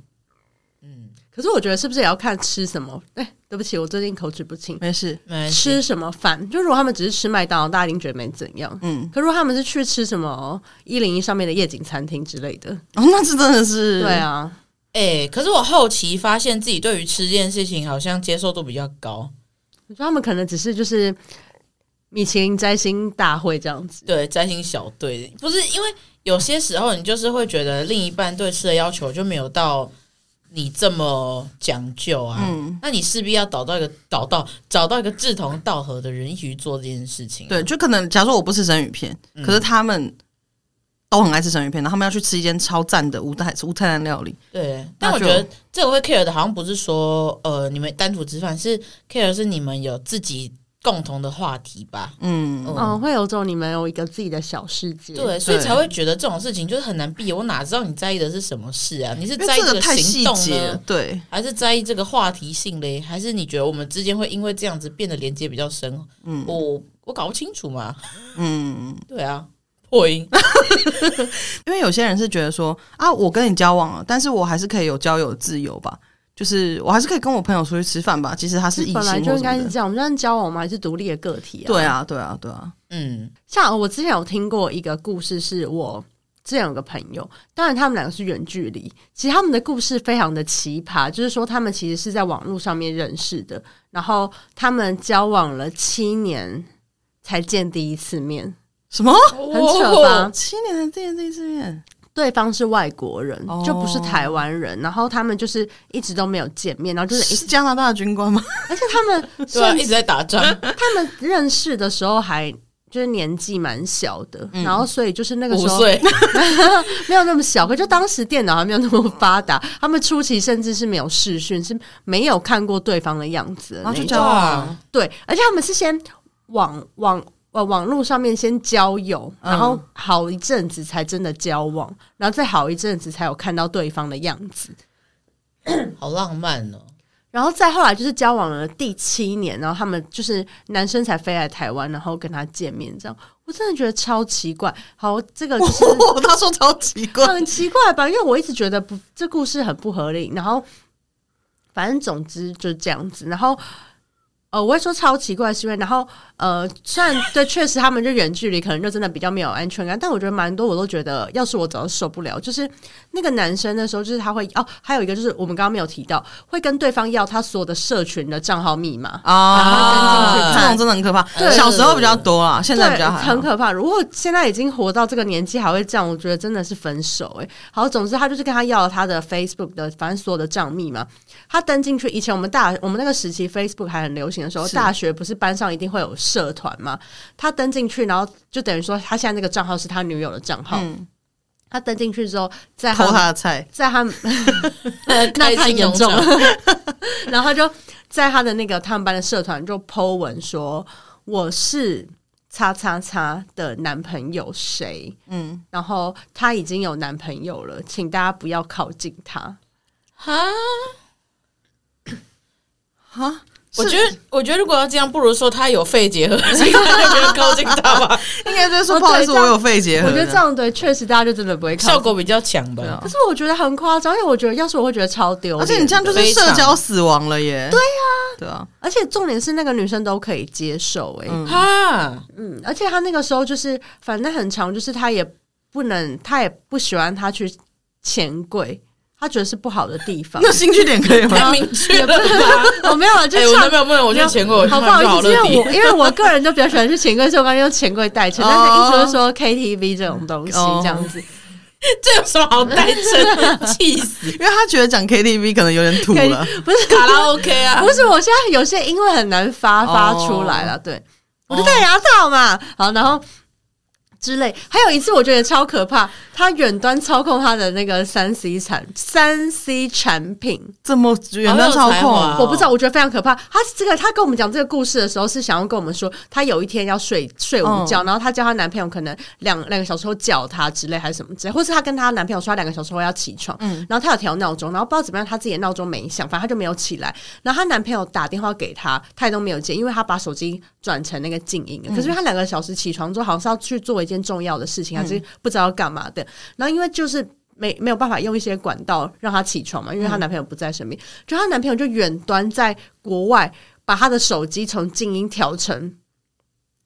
Speaker 3: 可是我觉得是不是也要看吃什么？哎，对不起，我最近口齿不清。
Speaker 1: 没事，
Speaker 2: 没关系
Speaker 3: 吃什么饭？就如果他们只是吃麦当劳，大家一定觉得没怎样。
Speaker 1: 嗯，
Speaker 3: 可如果他们是去吃什么一零一上面的夜景餐厅之类的，
Speaker 1: 哦，那这真的是
Speaker 3: 对啊，
Speaker 2: 哎、可是我后期发现自己对于吃这件事情好像接受度比较高，
Speaker 3: 我觉得他们可能只是就是米其林摘星大会这样子。
Speaker 2: 对，摘星小队不是因为有些时候你就是会觉得另一半对吃的要求就没有到你这么讲究啊，
Speaker 1: 嗯。
Speaker 2: 那你势必要找到一个找到找到一个志同道合的人一起去做这件事情、
Speaker 1: 对，，就可能假如说我不吃生鱼片，
Speaker 2: 嗯
Speaker 1: 可是他们都很爱吃生鱼片，然后他们要去吃一间超赞的无菜无菜单料理，
Speaker 2: 对。
Speaker 1: 那
Speaker 2: 但我
Speaker 1: 就
Speaker 2: 觉得这个会 care 的，好像不是说呃你们单独吃饭，是 care 的是你们有自己共同的话题吧？
Speaker 1: 嗯，
Speaker 2: 嗯
Speaker 3: 嗯，会有种你们有一个自己的小世界。，
Speaker 1: 啊
Speaker 2: 对，所以才会觉得这种事情就是很难避。我哪知道你在意的是什么事啊？你是
Speaker 1: 因为
Speaker 2: 在意
Speaker 1: 这个太
Speaker 2: 行
Speaker 1: 细
Speaker 2: 动
Speaker 1: 节了
Speaker 2: 呢，，
Speaker 1: 对，
Speaker 2: 还是在意这个话题性嘞？还是你觉得我们之间会因为这样子变得连接比较深？
Speaker 1: 嗯
Speaker 2: 我我搞不清楚嘛。
Speaker 1: 嗯，
Speaker 2: 对啊，破音，
Speaker 1: 因为有些人是觉得说啊，我跟你交往了，但是我还是可以有交友自由吧，就是我还是可以跟我朋友出去吃饭吧。其实他是异性
Speaker 3: 本来就
Speaker 1: 或
Speaker 3: 应该
Speaker 1: 什么
Speaker 3: 是
Speaker 1: 的
Speaker 3: 这样，我们像交往嘛，还是独立的个体啊。
Speaker 1: 对啊，对啊，对啊，
Speaker 2: 嗯，
Speaker 3: 像我之前有听过一个故事，是我之前有个朋友，当然他们两个是远距离，其实他们的故事非常的奇葩，就是说他们其实是在网络上面认识的，然后他们交往了七年才见第一次面，
Speaker 1: 什么
Speaker 2: 很
Speaker 3: 很扯吧？？
Speaker 1: 七年的见第一次面？
Speaker 3: 对方是外国人
Speaker 1: 哦，
Speaker 3: 就不是台湾人，然后他们就是一直都没有见面，然 后就是，
Speaker 1: 是加拿大的军官吗？
Speaker 3: 而且他们
Speaker 2: 对啊，
Speaker 3: 甚
Speaker 2: 一直在打仗，
Speaker 3: 他们认识的时候还就是年纪蛮小的，然后所以就是那个
Speaker 2: 嗯
Speaker 3: 时
Speaker 2: 五
Speaker 3: 候
Speaker 2: 岁，
Speaker 3: 没有那么小，可就当时电脑还没有那么发达， 他们初期甚至是没有视讯，是没有看过对方的样子的
Speaker 1: 然
Speaker 3: 那
Speaker 2: 哦
Speaker 1: 后就
Speaker 3: 一种。
Speaker 1: 交往了，
Speaker 3: 对，而且他们是先网网。呃，网络上面先交友，
Speaker 1: 嗯
Speaker 3: 然后好一阵子才真的交往，然后再好一阵子才有看到对方的样子，
Speaker 2: 好浪漫哦。
Speaker 3: 然后再后来就是交往了第七年，然后他们就是男生才飞来台湾，然后跟他见面，这样我真的觉得超奇怪。好，这个 就是
Speaker 1: 哇，他说超奇怪，
Speaker 3: 很奇怪吧？因为我一直觉得不，这故事很不合理。然后，反正总之就是这样子。然后，呃，我会说超奇怪，是因为然后呃，虽然对，确实他们就远距离，可能就真的比较没有安全感。但我觉得蛮多我都觉得，要是我早就受不了。就是那个男生的时候，就是他会哦，还有一个就是我们刚刚没有提到，会跟对方要他所有的社群的账号密码。
Speaker 1: 啊，
Speaker 2: 然后跟进去
Speaker 1: 这
Speaker 3: 看
Speaker 1: 种真的很可怕。
Speaker 2: 对
Speaker 1: 小时候比较多啦，现在比较还好
Speaker 3: 很可怕。如果现在已经活到这个年纪还会这样，我觉得真的是分手哎、好，总之他就是跟他要了他的 Facebook 的，反正所有的账密嘛。他登进去，以前我们大我们那个时期 Facebook 还很流行的时候，
Speaker 1: 是
Speaker 3: 大学不是班上一定会有社团嘛？他登进去，然后就等于说他现在那个账号是他女友的账号。
Speaker 1: 嗯
Speaker 3: 他登进去之后，在
Speaker 1: 偷
Speaker 3: 他
Speaker 1: 他的菜，
Speaker 3: 在他
Speaker 2: 那
Speaker 3: 呃太严重了
Speaker 2: 了，
Speaker 3: 然后他就在他的那个他们班的社团就 Po 文说我是叉叉叉的男朋友谁，
Speaker 1: 嗯，
Speaker 3: 然后她已经有男朋友了，请大家不要靠近他。
Speaker 2: 哈，
Speaker 1: 哈，
Speaker 2: 我
Speaker 1: 是
Speaker 2: 觉得，我觉得如果要这样，不如说他有肺结核，所以他没有靠近他 吧，
Speaker 1: 应该就是
Speaker 3: 哦
Speaker 1: 说，不好意思，
Speaker 3: 对这样
Speaker 1: 我有肺结核。
Speaker 3: 我觉得这样对，确实大家就真的不会靠近
Speaker 2: 效。果比较强
Speaker 1: 对啊。
Speaker 2: 吧
Speaker 3: 可是我觉得很夸张，因为我觉得要是我会觉得超丢脸
Speaker 1: 而且你这样就是
Speaker 2: 非常
Speaker 1: 社交死亡了耶。对啊，对啊，
Speaker 3: 而且重点是那个女生都可以接受、欸，哎、
Speaker 1: 嗯
Speaker 2: 哈，
Speaker 3: 嗯，而且她那个时候就是反正很长，就是她也不能，她也不喜欢他去钱柜，她觉得是不好的地 方
Speaker 1: 那。兴趣点可以
Speaker 2: 太
Speaker 1: 吗？
Speaker 2: 明确了吧？
Speaker 3: 我没有啊，就
Speaker 2: 哎，我男
Speaker 3: 唱
Speaker 2: 朋友不能，我去钱柜，我去
Speaker 3: 好不好
Speaker 2: 买
Speaker 3: 意思，
Speaker 2: 乐
Speaker 3: 因为
Speaker 2: 迪
Speaker 3: 我。因为我个人就比较喜欢去钱柜，所以我刚刚用钱柜代称，但是一直是说 KTV 这种东西
Speaker 1: 哦
Speaker 3: 这样子，
Speaker 2: 这有什么好单身？气死！
Speaker 1: 因为他觉得讲 KTV 可能有点土了。
Speaker 3: 不是
Speaker 2: 卡拉 OK 啊
Speaker 3: 不，是，我现在有些音会很难发发出来了，对我就戴牙套嘛，好，然后。之类，还有一次我觉得超可怕，他远端操控他的那个三 C 产三 C 产品，
Speaker 1: 这么远端操
Speaker 2: 好有才华
Speaker 1: 控，啊
Speaker 2: 哦
Speaker 3: 我不知道，我觉得非常可怕。他这个，他跟我们讲这个故事的时候，是想要跟我们说，他有一天要睡睡午觉，然后她叫她男朋友可能两两个小时后叫她之类，还是什么之类，或是她跟她男朋友说她两个小时后要起床，
Speaker 1: 嗯
Speaker 3: 然后她有调闹钟，然后不知道怎么样，她自己的闹钟没响，反正她就没有起来。然后她男朋友打电话给她，她也都没有接，因为她把手机转成那个静音了。可是她两个小时起床之后，好像是要去做一件重要的事情，还啊是不知道要干嘛的。然后因为就是没没有办法用一些管道让她起床嘛，因为她男朋友不在身边，就她男朋友就远端在国外把她的手机从静音调成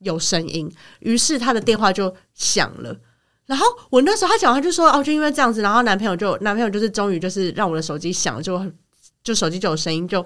Speaker 3: 有声音，于是她的电话就响了。然后我那时候她讲，她就说哦，就因为这样子，然后男朋友就男朋友就是终于就是让我的手机响了，就就手机就有声音就。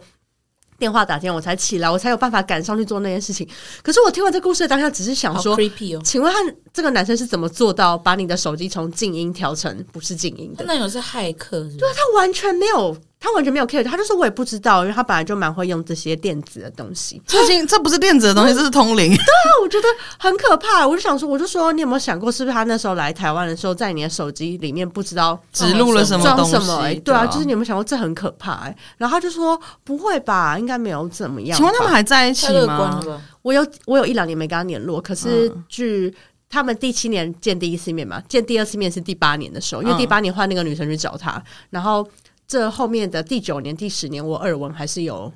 Speaker 3: 电话打进来，我才起来，我才有办法赶上去做那件事情。可是我听完这故事的当下，只是想
Speaker 2: 好
Speaker 3: 说，
Speaker 2: creepy 哦。
Speaker 3: 请问他这个男生是怎么做到把你的手机从静音调成不是静音
Speaker 2: 她
Speaker 3: 的？
Speaker 2: 男友是骇客是不是，
Speaker 3: 他完全没有，他完全没有 care，他就说我也不知道，因为他本来就蛮会用这些电子的东西。
Speaker 1: 这已经这不是电子的东西，这是通灵。
Speaker 3: 那我觉得很可怕，我就想说，我就说你有没有想过，是不是他那时候来台湾的时候，在你的手机里面不知道
Speaker 1: 植入了什么
Speaker 3: 装
Speaker 1: 东西？
Speaker 3: 什么、欸？对啊，就是你有没有想过这很可怕、欸？然后他就说不会吧，应该没有怎么样吧。
Speaker 1: 请问他们还在一起
Speaker 2: 太乐观
Speaker 1: 吗
Speaker 2: 了？吧？
Speaker 3: 我有我有一两年没跟他联络，可是
Speaker 1: 嗯
Speaker 3: 据他们第七年见第一次面嘛，见第二次面是第八年的时候，因为
Speaker 1: 嗯
Speaker 3: 第八年换那个女生去找他，然后这后面的第九年、第十年，我耳闻还是有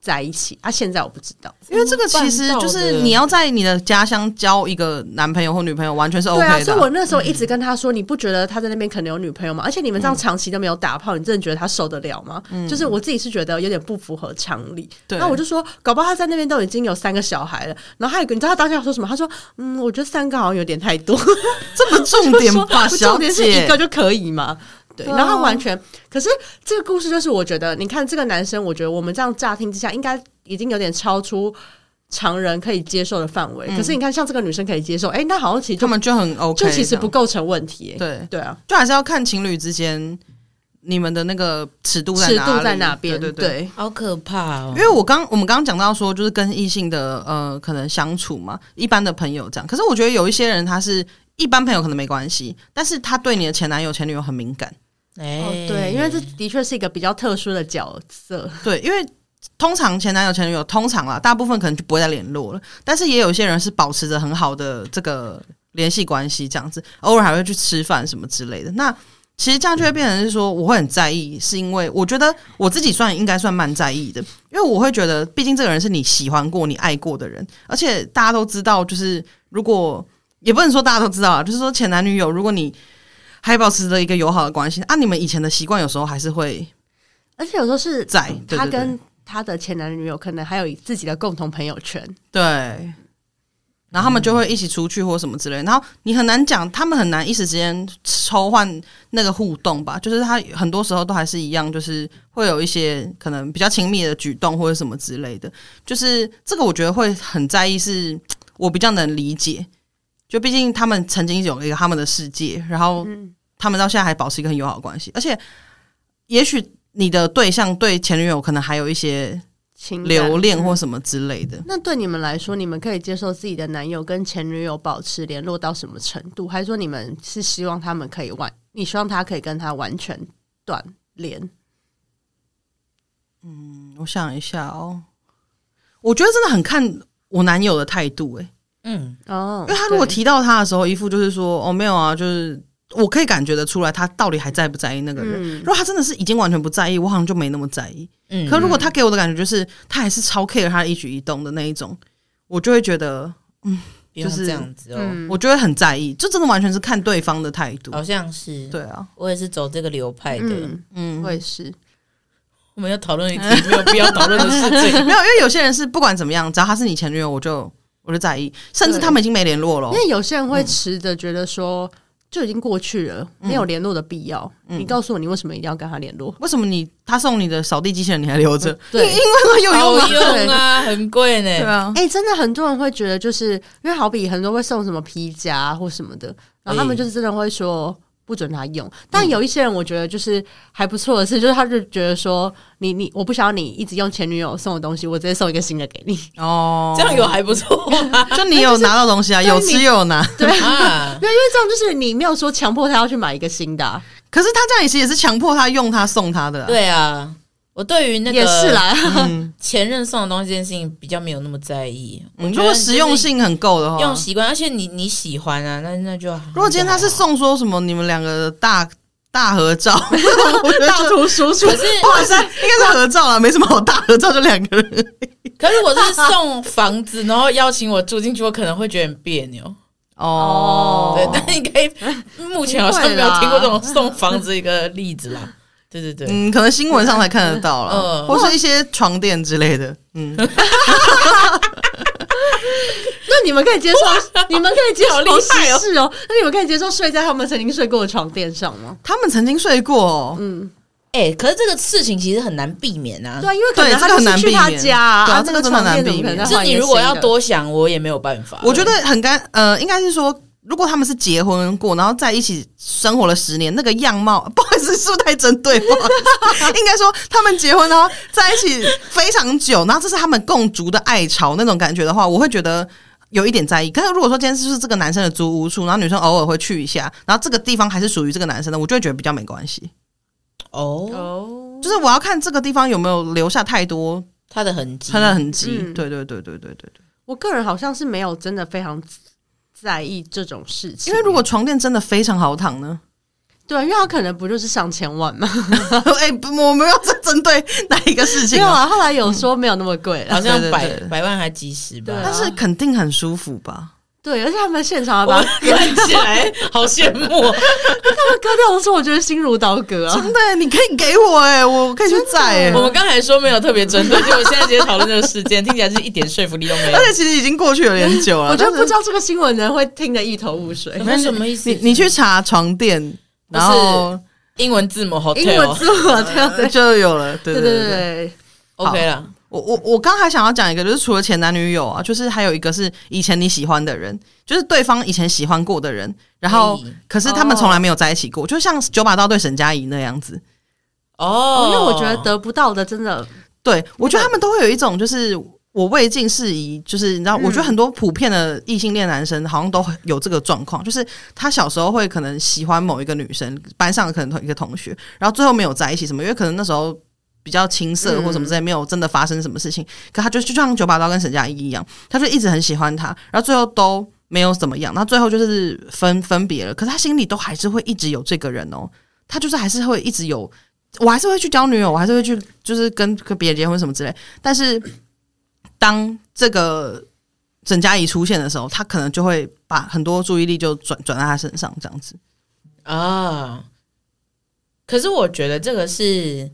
Speaker 3: 在一起啊。现在我不知道，
Speaker 1: 因为这个其实就是你要在你的家乡交一个男朋友或女朋友，完全是
Speaker 3: 对啊，
Speaker 1: OK 的
Speaker 3: 所以
Speaker 1: 啊、
Speaker 3: 我那时候一直跟他说，你不觉得他在那边可能有女朋友吗？而且你们
Speaker 1: 嗯
Speaker 3: 这样长期都没有打炮，你真的觉得他受得了吗？就是我自己是觉得有点不符合常理。
Speaker 1: 对
Speaker 3: 那我就说，搞不好他在那边都已经有三个小孩了。然后还有一个，你知道他当下说什么？他说：“嗯，我觉得三个好像有点太多。”
Speaker 1: 这不重点吧，
Speaker 3: 我 就说
Speaker 1: 小
Speaker 3: 重点是一
Speaker 1: 姐
Speaker 3: 个。就可以嘛。对，
Speaker 1: 对啊
Speaker 3: 然后他完全，可是这个故事就是，我觉得你看这个男生，我觉得我们这样乍听之下，应该已经有点超出常人可以接受的范围。可是你看，像这个女生可以接受，哎，那好像其实
Speaker 1: 他
Speaker 3: 就
Speaker 1: 们嗯就很 OK，
Speaker 3: 就其实
Speaker 1: 这样
Speaker 3: 不构成问题。哎
Speaker 1: 对，
Speaker 3: 对啊，
Speaker 1: 就还是要看情侣之间你们的那个尺度在
Speaker 3: 尺
Speaker 1: 哪里
Speaker 3: 度在哪边？
Speaker 1: 对对
Speaker 3: 对，
Speaker 2: 好可怕哦
Speaker 1: 因！为我刚我们刚刚讲到说，就是跟异性的呃可能相处嘛，一般的朋友这样。可是我觉得有一些人他是一般朋友可能没关系，但是他对你的前男友前女友很敏感。
Speaker 2: 哎、
Speaker 3: 哦对，因为这的确是一个比较特殊的角色。
Speaker 1: 对，因为通常前男友前女友通常啦，大部分可能就不会再联络了。但是也有一些人是保持着很好的这个联系关系，这样子，偶尔还会去吃饭什么之类的。那其实这样就会变成是说，我会很在意，是因为我觉得我自己算应该算蛮在意的，因为我会觉得，毕竟这个人是你喜欢过、你爱过的人，而且大家都知道，就是如果也不能说大家都知道啊，就是说前男女友，如果你还保持着一个友好的关系，啊，你们以前的习惯有时候还是会
Speaker 3: 而且有时候是
Speaker 1: 在，对
Speaker 3: 他
Speaker 1: 对对
Speaker 3: 跟他的前男女友可能还有自己的共同朋友圈。
Speaker 1: 对，然后他们就会一起出去或什么之类的，然后你很难讲，他们很难一时之间抽换那个互动吧，就是他很多时候都还是一样，就是会有一些可能比较亲密的举动或者什么之类的，就是这个我觉得会很在意是，我比较能理解，就毕竟他们曾经有一个他们的世界，然后
Speaker 3: 嗯
Speaker 1: 他们到现在还保持一个很友好的关系，而且也许你的对象对前女友可能还有一些
Speaker 3: 情感
Speaker 1: 留恋
Speaker 3: 嗯
Speaker 1: 或什么之类的。
Speaker 3: 那对你们来说，你们可以接受自己的男友跟前女友保持联络到什么程度？还是说你们是希望他们可以完？你希望他可以跟他完全断联？
Speaker 1: 我想一下哦，我觉得真的很看我男友的态度、欸，
Speaker 2: 嗯，
Speaker 3: 哦，
Speaker 1: 因为他如果
Speaker 3: 对
Speaker 1: 提到他的时候，一副就是说哦没有啊，就是我可以感觉得出来他到底还在不在意那个人。
Speaker 3: 嗯
Speaker 1: 如果他真的是已经完全不在意，我好像就没那么在意。
Speaker 2: 嗯
Speaker 1: 可如果他给我的感觉就是他还是超 care 他的一举一动的那一种，我就会觉得
Speaker 2: 不用
Speaker 1: 就是
Speaker 2: 这样子哦，
Speaker 3: 嗯，哦
Speaker 1: 我就会很在意，就真的完全是看对方的态度。
Speaker 2: 好像是，
Speaker 1: 对啊，
Speaker 2: 我也是走这个流派的。
Speaker 3: 嗯，
Speaker 1: 嗯，
Speaker 3: 我也是。
Speaker 2: 我们要讨论一题没有必要讨论的事情，
Speaker 1: 没有，因为有些人是不管怎么样，只要他是你前女友，我就我就在意，甚至
Speaker 3: 对
Speaker 1: 他们已经没联络了
Speaker 3: 因。为有些人会持着觉得说，就已经过去了，没有联络的必要。你告诉我，你为什么一定要跟他联络？
Speaker 1: 为什么你他送你的扫地机器人你还留 着？哦
Speaker 3: 对，
Speaker 1: 有用
Speaker 2: 好
Speaker 1: 吗？
Speaker 2: 用啊，很贵呢、
Speaker 1: 对啊，
Speaker 3: 哎、真的很多人会觉得，就是因为好比很多会送什么皮夹啊或什么的，然后
Speaker 1: 哎
Speaker 3: 他们就是真的会说不准他用。
Speaker 1: 嗯
Speaker 3: 但有一些人，我觉得就是还不错的是，就是他就觉得说，你你我不想要你一直用前女友送的东西，我直接送一个新的给你。
Speaker 1: 哦，
Speaker 2: 这样有还不错 吗？
Speaker 1: 就你有拿到东 西啊，有吃又有拿。
Speaker 3: 对，
Speaker 2: 啊，
Speaker 3: 没有，因为这样就是你没有说强迫他要去买一个新的啊、
Speaker 1: 可是他这样也是也是强迫他用他送他的、啊，
Speaker 2: 对啊，我对于那个
Speaker 3: 也是啦。
Speaker 1: 嗯，
Speaker 2: 前任送的东西这件事情比较没有那么在意，我
Speaker 1: 嗯如
Speaker 2: 觉得
Speaker 1: 果
Speaker 2: 就是
Speaker 1: 实用性很够的话，
Speaker 2: 用习惯，而且你你喜欢啊，那那就
Speaker 1: 如果今天他是送说什么你们两个的大大合 照，我觉得
Speaker 3: 大
Speaker 1: 就
Speaker 3: 图输出
Speaker 2: 可，是
Speaker 1: 哇塞，应该是合照啦，没什么好大合照，就两个人。
Speaker 2: 啊可是我是送房子，然后邀请我住进去，我可能会觉得很 别扭。
Speaker 1: 哦
Speaker 2: 对，但应该目前好像没有听过这种送房子一个例 子啦。对对对，
Speaker 1: 嗯，可能新闻上才看得到了，
Speaker 2: 嗯
Speaker 1: 或是一些床垫之类的，嗯，
Speaker 3: 那你们可以接受，你们可以接
Speaker 2: 好
Speaker 3: 受
Speaker 2: 厉害哦
Speaker 3: 是哦。那你们可以接受睡在他们曾经睡过的床垫上吗？
Speaker 1: 他们曾经睡过、哦，
Speaker 3: 嗯，
Speaker 2: 哎、可是这个事情其实很难避免啊。
Speaker 3: 对啊，因为可
Speaker 1: 嗯对
Speaker 3: 能他
Speaker 1: 这个很
Speaker 3: 就是
Speaker 1: 难
Speaker 3: 去
Speaker 1: 避
Speaker 3: 他
Speaker 1: 免
Speaker 3: 家啊，
Speaker 1: 对啊
Speaker 3: 啊
Speaker 1: 这
Speaker 3: 那
Speaker 1: 个真
Speaker 3: 个
Speaker 1: 的很
Speaker 3: 床
Speaker 1: 难
Speaker 3: 垫怎么
Speaker 1: 避
Speaker 3: 可能
Speaker 1: 免
Speaker 2: 就
Speaker 3: 再
Speaker 2: 是
Speaker 3: 换一
Speaker 2: 你
Speaker 3: 个
Speaker 2: 如果
Speaker 3: 新
Speaker 2: 要
Speaker 3: 的
Speaker 2: 多想，我也没有办法。
Speaker 1: 我觉得很干，呃，应该是说，如果他们是结婚过，然后在一起生活了十年，那个样貌， 不好意思，是不是太针对？不好意思，应该说他们结婚然后在一起非常久，然后这是他们共筑的爱巢那种感觉的话，我会觉得。有一点在意，可是如果说今天就是这个男生的租屋处，然后女生偶尔会去一下，然后这个地方还是属于这个男生的，我就会觉得比较没关系。
Speaker 2: 哦，
Speaker 3: 哦，
Speaker 1: 就是我要看这个地方有没有留下太多
Speaker 2: 他的痕迹，
Speaker 1: 他的痕迹。
Speaker 3: 嗯
Speaker 1: 对对对对对对对，
Speaker 3: 我个人好像是没有真的非常在意这种事情，
Speaker 1: 因为如果床垫真的非常好躺呢，
Speaker 3: 对，因为他可能不就是上千万嘛？
Speaker 1: 哎、不我没有在针对哪一个事
Speaker 3: 没
Speaker 1: 情
Speaker 3: 有
Speaker 1: 哦、
Speaker 3: 啊，后来有说没有那么贵了。
Speaker 2: 好像
Speaker 1: 对对
Speaker 2: 百
Speaker 1: 对
Speaker 2: 百万还几十吧，
Speaker 3: 对啊
Speaker 1: 但是肯定很舒服吧？
Speaker 3: 对，而且他们现场还把
Speaker 2: 我看起来 好羡 慕哦，
Speaker 3: 他 们割掉的时候，我觉得心如刀割啊。
Speaker 1: 真的耶，你可以给我哎、我可以去载哎、
Speaker 2: 我们刚才说没有特别针对，就我现在直接讨论这个事件，听起来是一点说服力都没有
Speaker 1: 而。且其实已经过去有点久了，
Speaker 3: 我觉得
Speaker 1: 但
Speaker 3: 不
Speaker 1: 是
Speaker 3: 知道这个新闻的人会听得一头雾水。
Speaker 2: 哎那什么意思？
Speaker 1: 你你去查床垫，
Speaker 2: 不是
Speaker 1: 然后
Speaker 2: 英文字母 哦
Speaker 3: 英文
Speaker 2: hotel
Speaker 3: 字啊母对对
Speaker 1: 就有了。对
Speaker 3: 对
Speaker 1: 对
Speaker 3: 对对，
Speaker 2: OK 了，
Speaker 1: 我我我刚还想要讲一个，就是除了前男女友啊，就是还有一个是以前你喜欢的人，就是对方以前喜欢过的人，然后
Speaker 2: 哎
Speaker 1: 可是他们从来没有在一起过，就像九把刀对沈佳宜那样子。
Speaker 2: 哦
Speaker 3: 哦，因为我觉得得不到的真的
Speaker 1: 对我觉得他们都会有一种就是。我未尽事宜，就是你知道，我觉得很多普遍的异性恋男生好像都有这个状况，就是他小时候会可能喜欢某一个女生，班上可能同一个同学，然后最后没有在一起什么，因为可能那时候比较青涩或什么之类，没有真的发生什么事情。可他就就像九把刀跟沈佳宜一样，他就一直很喜欢他，然后最后都没有怎么样，那最后就是分分别了。可是他心里都还是会一直有这个人哦，他就是还是会一直有，我还是会去交女友，我还是会去就是跟跟别人结婚什么之类。但是当这个沈佳宜出现的时候，他可能就会把很多注意力就转转到他身上，这样子。
Speaker 2: 啊。可是我觉得这个是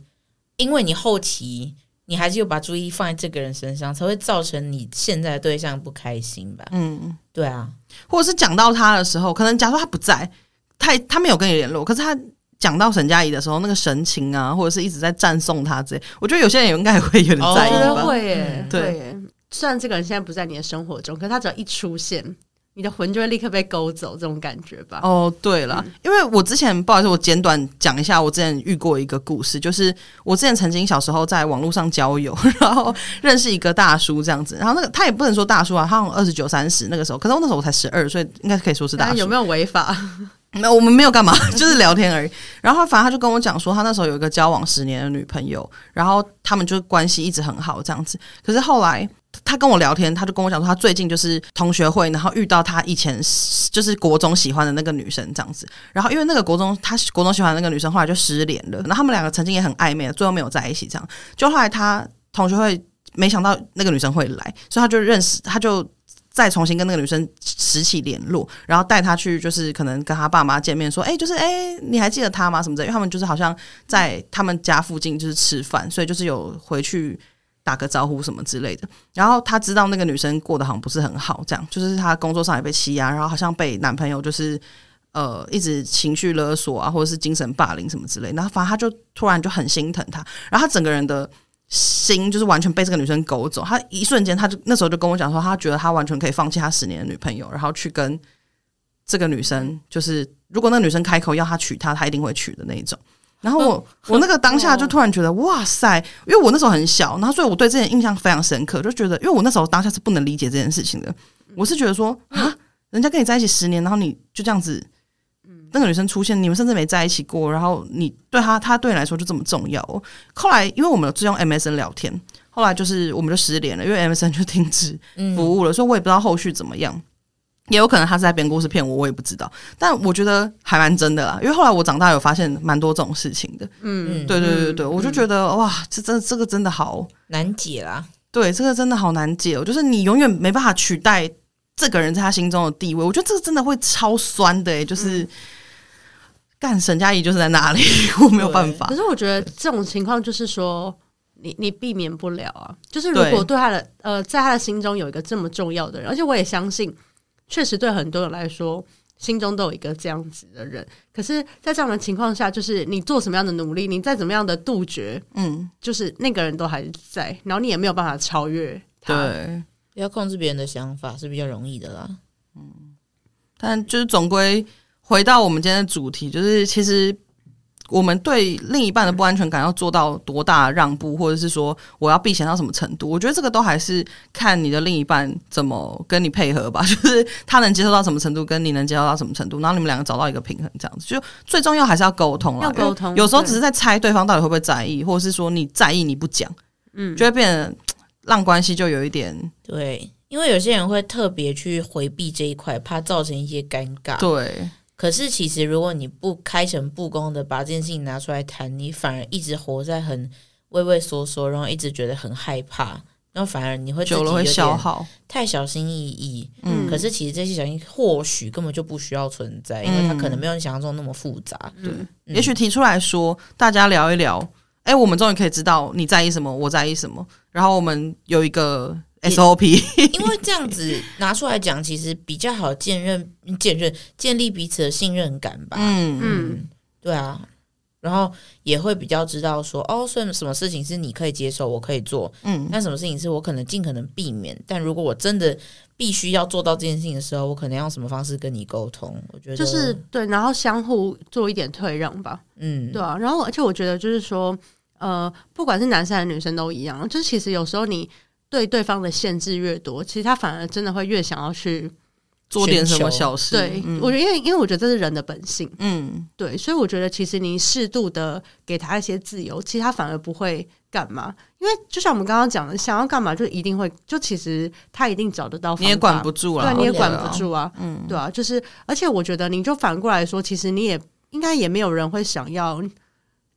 Speaker 2: 因为你后期你还是有把注意力放在这个人身上，才会造成你现在的对象不开心吧？
Speaker 1: 嗯，
Speaker 2: 对啊，
Speaker 1: 或者是讲到他的时候，可能假如他不在，他他没有跟你联络，可是他。讲到沈佳宜的时候，那个神情啊，或者是一直在赞颂他之类，我觉得有些人应该也会有点在
Speaker 3: 我
Speaker 1: 意
Speaker 3: 觉
Speaker 2: 哦
Speaker 1: 吧。
Speaker 3: 得会耶，
Speaker 1: 对
Speaker 3: 会耶。虽然这个人现在不在你的生活中，可他只要一出现，你的魂就会立刻被勾走，这种感觉吧。
Speaker 1: 哦，对了，因为我之前不好意思，我简短讲一下，我之前遇过一个故事，就是我之前曾经小时候在网络上交友，然后认识一个大叔这样子，然后那个他也不能说大叔啊，他好像二十九三十那个时候，可是我那时候我才十二，所以应该可以说是大
Speaker 3: 那
Speaker 1: 叔
Speaker 3: 有。没有违法？
Speaker 1: 没有，我们没有干嘛， 就是聊天而已。然后反正他就跟我讲说，他那时候有一个交往十年的女朋友，然后他们就关系一直很好这样子。可是后来他跟我聊天，他就跟我讲说，他最近就是同学会，然后遇到他以前就是国中喜欢的那个女生这样子。然后因为那个国中他国中喜欢的那个女生后来就失联了，然后他们两个曾经也很暧昧，最后没有在一起这样。就后来他同学会没想到那个女生会来，所以他就认识，他就再重新跟那个女生拾起联络，然后带她去，就是可能跟她爸妈见面，说，哎、就是哎、你还记得她吗？什么的，因为他们就是好像在他们家附近就是吃饭，所以就是有回去打个招呼什么之类的。然后他知道那个女生过得好像不是很好，这样就是她工作上也被欺压，然后好像被男朋友就是。呃，一直情绪勒索啊，或者是精神霸凌什么之类的，然后反正他就突然就很心疼她，然后他整个人的心就是完全被这个女生勾走。他一瞬间，他就那时候就跟我讲说，他觉得他完全可以放弃他十年的女朋友，然后去跟这个女生，就是如果那个女生开口要他娶她，他一定会娶的那一种。然后我我那个当下就突然觉得哇塞，因为我那时候很小，然后所以我对这件印象非常深刻，就觉得因为我那时候当下是不能理解这件事情的，我是觉得说啊，人家跟你在一起十年，然后你就这样子，那个女生出现，你们甚至没在一起过，然后你对她，她对你来说就这么重要、哦。后来因为我们有只用 MSN 聊天，后来就是我们就失联了，因为 MSN 就停止
Speaker 3: 嗯
Speaker 2: 嗯
Speaker 1: 服务了，所以我也不知道后续怎么样。也有可能他是在编故事骗我，我也不知道。但我觉得还蛮真的啦，因为后来我长大有发现蛮多这种事情的。
Speaker 3: 嗯，
Speaker 1: 对对对对，我就觉得哇，这真这个真的好，
Speaker 2: 难解啦。
Speaker 1: 对，这个真的好难解哦，就是你永远没办法取代这个人在他心中的地位。我觉得这个真的会超酸的、欸，就是
Speaker 3: 嗯
Speaker 1: 干、沈佳宜就是在那里， 我没有办法
Speaker 3: 可。是我觉得这种情况就是说，你你避免不了啊。就是如
Speaker 1: 对
Speaker 3: 果对他的呃，在他的心中有一个这么重要的人，而且我也相信，确实对很多人来说，心中都有一个这样子的人。可是，在这样的情况下，就是你做什么样的努力，你再怎么样的杜绝，
Speaker 1: 嗯，
Speaker 3: 就是那个人都还在，然后你也没有办法超越他。
Speaker 1: 对。
Speaker 2: 不要控制别人的想法是比较容易的啦。
Speaker 1: 但就是总归回到我们今天的主题，就是其实我们对另一半的不安全感要做到多大的让步，或者是说我要避嫌到什么程度，我觉得这个都还是看你的另一半怎么跟你配合吧， 就是他能接受到什么程度，跟你能接受到什么程度，然后你们两个找到一个平衡，这样子就最重要还是要沟通啊，
Speaker 3: 要沟通
Speaker 1: 因为有时候
Speaker 3: 对
Speaker 1: 只是在猜对方到底会不会在意，或者是说你在意你不讲，嗯，就会变得让关系就有一点
Speaker 2: 对，因为有些人会特别去回避这一块，怕造成一些尴尬。
Speaker 1: 对。
Speaker 2: 可是其实如果你不开诚布公的把这件事情拿出来谈，你反而一直活在很畏畏缩缩，然后一直觉得很害怕，然后反而你会自己
Speaker 1: 久了
Speaker 2: 有
Speaker 1: 会
Speaker 2: 点
Speaker 1: 消耗。
Speaker 2: 太小心翼翼。
Speaker 1: 嗯
Speaker 2: 可是其实这些小心或许根本就不需要存在，
Speaker 1: 嗯
Speaker 2: 因为它可能没有你想象中那么复杂。嗯
Speaker 1: 也许提出来说，大家聊一聊。哎、我们终于可以知道你在意什么，我在意什么，然后我们有一个 SOP。
Speaker 2: 因为这样子拿出来讲，其实比较好建认、建认、建立彼此的信任感吧。
Speaker 1: 嗯嗯
Speaker 3: 嗯，
Speaker 2: 对啊，然后也会比较知道说，哦，所以什么事情是你可以接受，我可以做，
Speaker 1: 嗯，
Speaker 2: 但什么事情是我可能尽可能避免。但如果我真的必须要做到这件事情的时候，我可能要用什么方式跟你沟通？我觉得
Speaker 3: 就是对，然后相互做一点退让吧，
Speaker 2: 嗯，
Speaker 3: 对啊。然后而且我觉得就是说，呃，不管是男生还是女生都一样，就是其实有时候你对对方的限制越多，其实他反而真的会越想要去。
Speaker 1: 做点什么小事。
Speaker 3: 对，
Speaker 1: 嗯
Speaker 3: 我觉得因为因为我觉得这是人的本性，
Speaker 1: 嗯
Speaker 3: 对，所以我觉得其实你适度的给他一些自由，其实他反而不会干嘛，因为就像我们刚刚讲的，想要干嘛就一定会，就其实他一定找得到方法，
Speaker 1: 你也管不住了，
Speaker 3: 对，你也
Speaker 2: 对
Speaker 3: 管
Speaker 2: 啊
Speaker 3: 不住啊，
Speaker 1: 嗯，
Speaker 3: 对啊，就是而且我觉得你就反过来说，其实你也应该也没有人会想要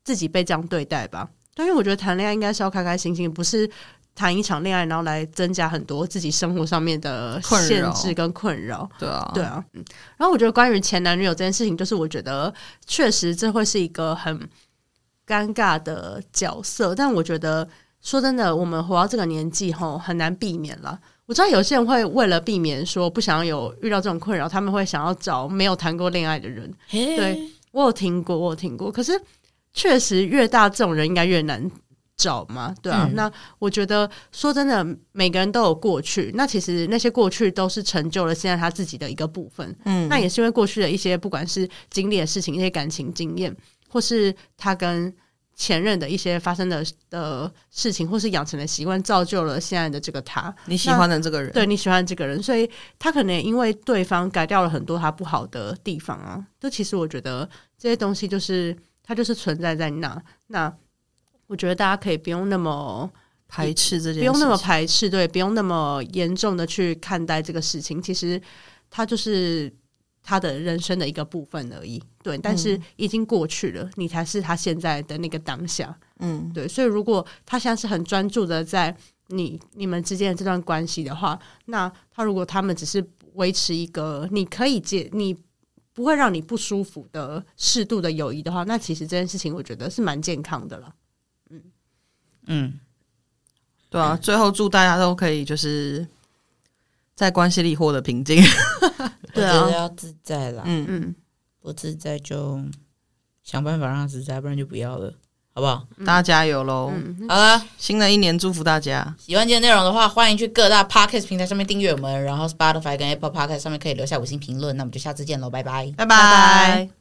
Speaker 3: 自己被这样对待吧？对，因为我觉得谈恋爱应该是要开开心心，不是谈一场恋爱然后来增加很多自己生活上面的
Speaker 1: 困
Speaker 3: 限
Speaker 1: 扰
Speaker 3: 制跟困扰。
Speaker 1: 对啊，
Speaker 3: 对啊，嗯。然后我觉得关于前男女友这件事情，就是我觉得确实这会是一个很尴尬的角色，但我觉得说真的，我们活到这个年纪吼，很难避免了。我知道有些人会为了避免说不想要有遇到这种困扰，他们会想要找没有谈过恋爱的人。
Speaker 2: 嘿
Speaker 3: 对，我有听过，我有听过，可是确实越大这种人应该越难找嘛，对啊。
Speaker 2: 嗯
Speaker 3: 那我觉得说真的，每个人都有过去，那其实那些过去都是成就了现在他自己的一个部分。
Speaker 1: 嗯，
Speaker 3: 那也是因为过去的一些不管是经历的事情、一些感情经验，或是他跟前任的一些发生的的事情，或是养成的习惯，造就了现在的这个他。
Speaker 1: 你喜欢的这个人，
Speaker 3: 对你喜欢这个人，所以他可能也因为对方改掉了很多他不好的地方啊。就其实我觉得这些东西就是它就是存在在那。那我觉得大家可以不用那么
Speaker 1: 排斥这件事情，
Speaker 3: 不用那么排斥，对，不用那么严重的去看待这个事情。其实它就是他的人生的一个部分而已，对。但是
Speaker 1: 嗯
Speaker 3: 已经过去了，你才是他现在的那个当下，
Speaker 1: 嗯，
Speaker 3: 对。所以如果他现在是很专注的在你你们之间的这段关系的话，那他如果他们只是维持一个你可以接你。不会让你不舒服的适度的友谊的话，那其实这件事情我觉得是蛮健康的了。
Speaker 2: 嗯，
Speaker 1: 对啊。
Speaker 3: 嗯
Speaker 1: 最后祝大家都可以就是在关系里获得平静。
Speaker 2: 我
Speaker 3: 对
Speaker 2: 觉
Speaker 3: 啊
Speaker 2: 得要自在啦，
Speaker 1: 嗯，
Speaker 3: 嗯，
Speaker 2: 不自在就想办法让它自在，不然就不要了，好不好？
Speaker 1: 大家加油喽！
Speaker 3: 嗯，
Speaker 2: 好了。
Speaker 1: 新的一年祝福大家，
Speaker 2: 喜欢今天内容的话，欢迎去各大 podcast 平台上面订阅我们，然后 Spotify 跟 Apple Podcast 上面可以留下五星评论。那我们就下次见喽，拜拜。
Speaker 1: 拜
Speaker 3: 拜拜。